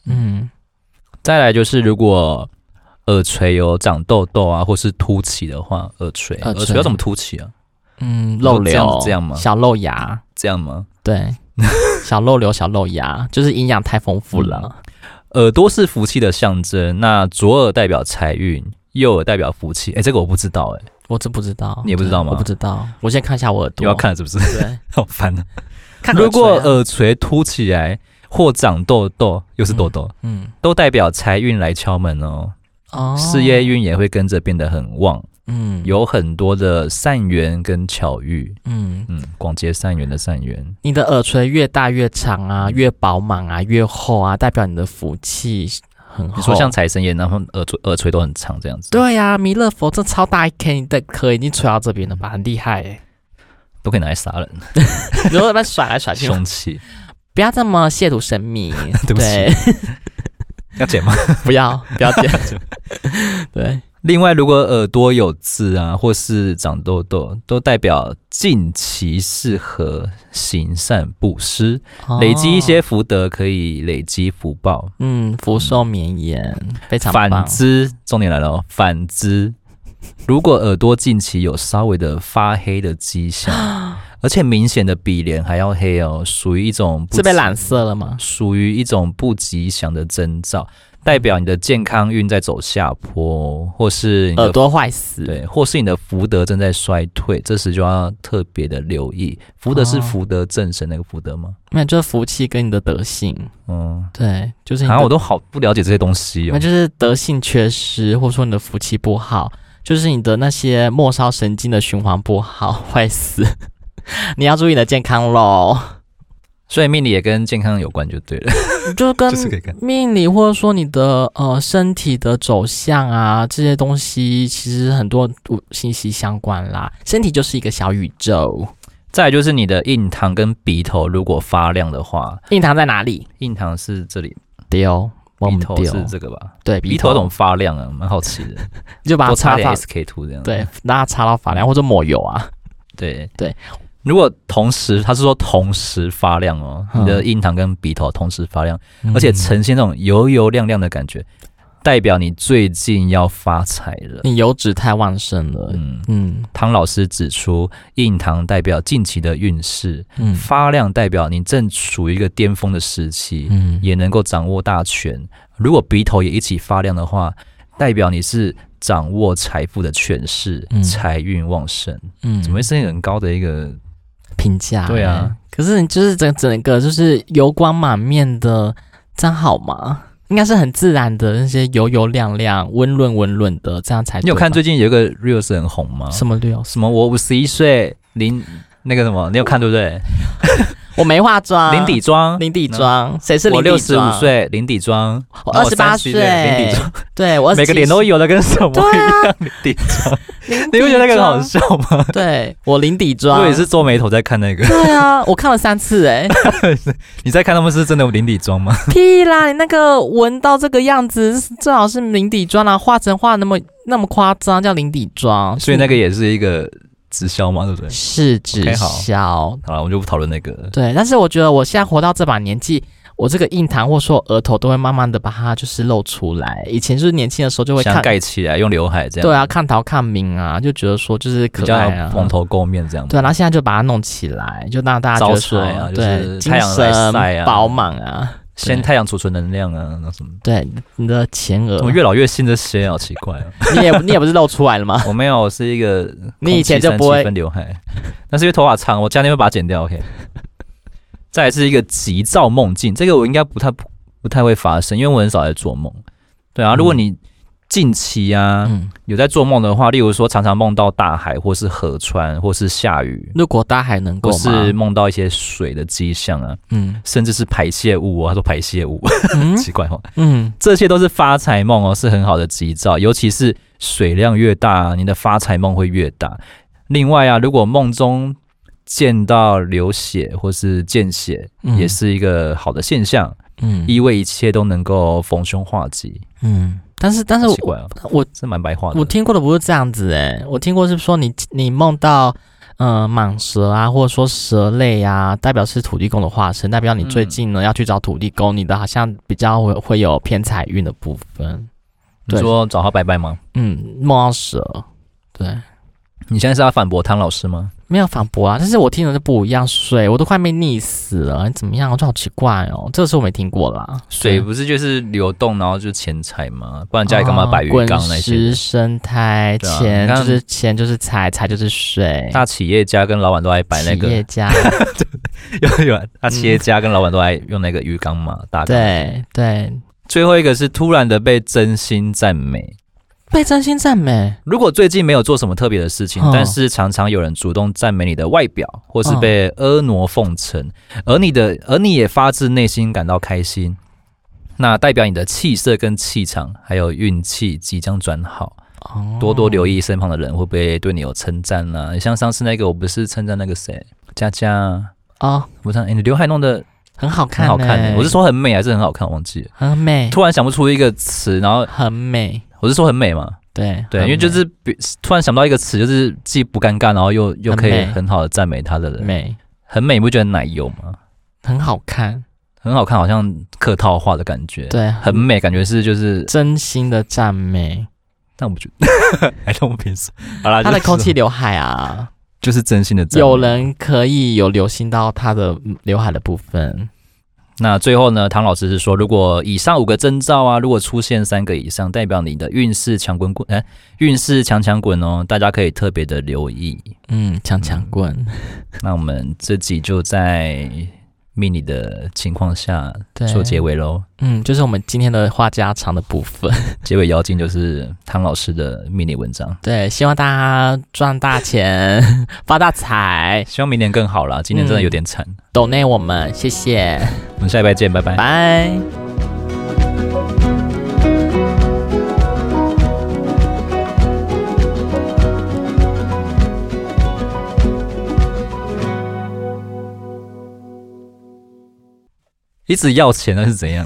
S2: 嗯，
S1: 再来就是，如果耳垂有长痘痘啊，或是凸起的话，耳垂
S2: 耳垂
S1: 要怎么凸起啊？
S2: 嗯，漏
S1: 这样
S2: 流
S1: 这样吗
S2: 小漏牙，
S1: 这样吗？
S2: 对，小漏流、小漏牙，就是营养太丰富
S1: 嗯
S2: 了。
S1: 耳朵是福气的象征，那左耳代表财运，右耳代表福气。哎、这个我不知道、哎，
S2: 我真不知道，
S1: 你也不知道吗
S2: 我不知道，我先看一下我耳朵。
S1: 你要看是不 是？
S2: 对，
S1: 好烦啊！
S2: 看
S1: 如果
S2: 耳垂啊
S1: 耳垂凸起来或长痘痘，又是痘痘，
S2: 嗯
S1: 都代表财运来敲门哦，
S2: 哦
S1: 事业运也会跟着变得很旺，
S2: 嗯
S1: 有很多的善缘跟巧遇。
S2: 嗯，
S1: 嗯，广结善缘的善缘。
S2: 你的耳垂越大越长啊，越饱满啊，越厚啊，代表你的福气很厚。
S1: 你说像财神爷，然后耳垂耳垂都很长这样子，
S2: 哦对啊呀、弥勒佛这超大一颗，你的壳已经垂到这边了吧，很厉 害哎、
S1: 都可以拿来杀人，
S2: 欸。如果被甩来甩去，
S1: 凶器。
S2: 不要这么亵渎神明，
S1: 对不起要剪吗？
S2: 不 要不要这样子。对，
S1: 另外，如果耳朵有痣啊，或是长痘痘，都代表近期适合行善布施，累积一
S2: 哦，
S1: 些福德，可以累积福报。
S2: 嗯，福寿绵延，非常棒
S1: 反之，重点来了哦，反之。如果耳朵近期有稍微的发黑的迹象， 而且明显的比脸还要黑哦，属于一种不
S2: 是被
S1: 吉
S2: 染色了吗？
S1: 属于一种不吉祥的征兆，代表你的健康运在走下坡，或是你的
S2: 耳朵坏死，
S1: 对，或是你的福德正在衰退，这时就要特别的留意。福德是
S2: 哦
S1: 福德正神那个福德吗？
S2: 没有，就是福气跟你的德性，
S1: 嗯，
S2: 对，就是你
S1: 好
S2: 的
S1: 像我都好不了解这些东西
S2: 那
S1: 哦。
S2: 就是德性缺失，或者说你的福气不好，就是你的那些末梢神经的循环不好， 坏死。你要注意你的健康喽，
S1: 所以命理也跟健康有关，就对了。
S2: 就是跟
S1: 就是可以看
S2: 命理或者说你的呃身体的走向啊，这些东西其实很多呃息息相关啦。身体就是一个小宇宙，
S1: 再来就是你的印堂跟鼻头如果发亮的话，
S2: 印堂在哪里？
S1: 印堂是这里，
S2: 丢，我
S1: 鼻
S2: 们
S1: 头
S2: 丢，
S1: 是这个吧？
S2: 对，
S1: 鼻
S2: 鼻
S1: 头
S2: 头
S1: 怎么发亮啊？蛮好奇的，
S2: 你就把它
S1: 多
S2: 擦
S1: 擦点
S2: 到，
S1: SK 图这样。
S2: 对，让它擦到发亮或者抹油啊。
S1: 对
S2: 对，
S1: 如果同时，他是说同时发亮哦，
S2: 嗯
S1: 你的印堂跟鼻头同时发亮，而且
S2: 嗯
S1: 呈现那种油油亮亮的感觉，代表你最近要发财了。
S2: 你油脂太旺盛了，
S1: 嗯，
S2: 嗯
S1: 汤老师指出，印堂代表近期的运势，
S2: 嗯
S1: 发亮代表你正处于一个巅峰的时期，
S2: 嗯，
S1: 也能够掌握大权。如果鼻头也一起发亮的话，代表你是掌握财富的权势
S2: 嗯，
S1: 财运旺盛，
S2: 嗯，
S1: 怎么会是很高的一个？
S2: 评价？
S1: 对啊
S2: 哎，可是你就是整整个就是油光满面的，这样好吗？应该是很自然的，那些油油亮亮、温润温润的，这样才
S1: 你有
S2: 对
S1: 看
S2: 吧
S1: 最近有一个 reels 很红吗？
S2: 什么六？
S1: 什么？我五十一岁零那个什么，你有看对不对？
S2: 我没化 妆，
S1: 零底妆，
S2: 零底妆，谁啊是零
S1: 我
S2: 底妆？
S1: 六十五，岁哦零底妆，
S2: 我
S1: 然
S2: 二
S1: 后
S2: 十八
S1: 30零底
S2: 岁，
S1: 妆，
S2: 对我
S1: 每个脸都
S2: 有。
S1: 有的跟什么
S2: 对
S1: 一
S2: 啊
S1: 样零底妆，
S2: 零
S1: 你
S2: 底
S1: 不觉得那个很好
S2: 妆？
S1: 笑吗？
S2: 对啊我零底妆，
S1: 我也是。皱眉头在看那个，
S2: 对啊，我看了三次哎、
S1: 你在看他们是真的有零底妆吗？
S2: 屁啦！你那个纹到这个样子，最好是零底妆啦、画成画那么那么夸张，叫零底妆。
S1: 所以那个也是一个直销嘛，对不对？
S2: 是直
S1: OK，好
S2: 销。
S1: 好了，我们就不讨论那个了。
S2: 对，但是我觉得我现在活到这把年纪，我这个印堂或说额头都会慢慢的把它就是露出来。以前就是年轻的时候就会
S1: 想
S2: 看，
S1: 盖起来，用刘海这样，
S2: 对啊，，看桃看明啊，就觉得说就是
S1: 比
S2: 可
S1: 较
S2: 爱啊，
S1: 蓬头垢面这样。
S2: 对，然啊后现在就把它弄起来，就让大家觉得说，
S1: 招财啊就是
S2: 对，精
S1: 太阳来
S2: 神
S1: 晒啊
S2: 饱满啊，
S1: 先太阳储存能量啊，那什么，
S2: 对，你的前额
S1: 怎么，哦越老越信这些啊，好奇怪啊！
S2: 你也你也不是露出来 了吗？
S1: 我没有，我是一个
S2: 你以前就不会
S1: 分刘海， 但是因为头发长，我家天会把它剪掉。OK，再来是一个急躁梦境，这个我应该不太不不太会发生，因为我很少在做梦。对啊，如果你近期啊、
S2: 嗯，
S1: 有在做梦的话，例如说常常梦到大海，或是河川，或是下雨，
S2: 如果大家还能够
S1: 或
S2: 吗
S1: 是梦到一些水的迹象啊，
S2: 嗯
S1: 甚至是排泄物哦，他说排泄物，
S2: 嗯
S1: 奇怪哦，
S2: 嗯
S1: 这些都是发财梦哦，是很好的吉兆，尤其是水量越大，你的发财梦会越大。另外啊，如果梦中见到流血或是见血，
S2: 嗯
S1: 也是一个好的现象，
S2: 嗯
S1: 意味一切都能够逢凶化吉。
S2: 嗯，但是但是
S1: 好奇
S2: 我
S1: 怪哦，
S2: 我
S1: 这蛮白话的。
S2: 我听过的不是这样子哎、我听过是说你你梦到呃蟒蛇啊，或者说蛇类啊，代表是土地公的化身，代表你最
S1: 嗯
S2: 近呢、要去找土地公，你的好像比较会会有偏财运的部分。
S1: 你说找他拜拜吗？
S2: 嗯，梦到蛇，对，
S1: 你现在是要反驳汤老师吗？
S2: 没有反驳啊，但是我听的就不一样，水我都快被溺死了，你怎么样？我就好奇怪哦，这个是我没听过啦。
S1: 水
S2: 对
S1: 不是就是流动，然后就钱财吗？不然家里干嘛摆鱼缸那
S2: 啊
S1: 些
S2: 滚石？生苔，
S1: 对啊
S2: 钱
S1: 你看
S2: 就是钱就是财，财就是水。
S1: 大企业家跟老板都爱摆那
S2: 企
S1: 个，
S2: 业 家，
S1: 有有，大企业家跟老板都爱用那个鱼缸嘛，大缸。
S2: 对对，
S1: 最后一个是突然的被真心赞美。
S2: 被真心赞美，
S1: 如果最近没有做什么特别的事情，
S2: 哦
S1: 但是常常有人主动赞美你的外表，或是被婀娜奉承，
S2: 哦
S1: 而你的而你也发自内心感到开心，那代表你的气色跟气场，还有运气即将转好。
S2: 哦
S1: 多多留意身旁的人会不会对你有称赞啦、你像上次那个，我不是称赞那个谁佳佳啊，
S2: 哦，
S1: 我说、诶你刘海弄得
S2: 很好看、
S1: 很好
S2: 欸，
S1: 看、我是说很美还是很好看，我忘记了。
S2: 很美，
S1: 突然想不出一个词，然后
S2: 很美，
S1: 我是说很美嘛，
S2: 对
S1: 对，
S2: 很
S1: 因为就是比突然想到一个词，就是既不尴尬，然后又又可以
S2: 很美
S1: 很好的赞美他的
S2: 美
S1: 人，
S2: 美，
S1: 很美，你不觉得很奶油吗？
S2: 很好看，
S1: 很好看，好像客套话的感觉。，
S2: 对，
S1: 很美，感觉是就是，
S2: 真心的赞美。
S1: 但我不觉得， 还是我们平时好啦，
S2: 他的
S1: 就是
S2: 空气刘海啊，
S1: 就是真心的赞美。
S2: 有人可以有流行到他的刘海的部分。
S1: 那最后呢，唐老师是说，如果以上五个征兆啊，如果出现三个以上，代表你的运势强滚滚，哎、运势强强滚哦，大家可以特别的留意。
S2: 嗯，强强棍，
S1: 那我们这集就在命理的情况下
S2: 对，
S1: 做结尾喽。
S2: 嗯，就是我们今天的话家常的部分。
S1: 结尾妖精就是汤老师的迷你文章，
S2: 对，希望大家赚大钱， 发大财，
S1: 希望明年更好啦。今年真的有点惨，
S2: 抖内我们，谢 谢，
S1: 我们下礼拜见，拜拜。
S2: 拜。
S1: 一直要钱那是怎样？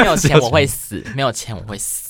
S2: 没有钱我会死，没有钱我会死。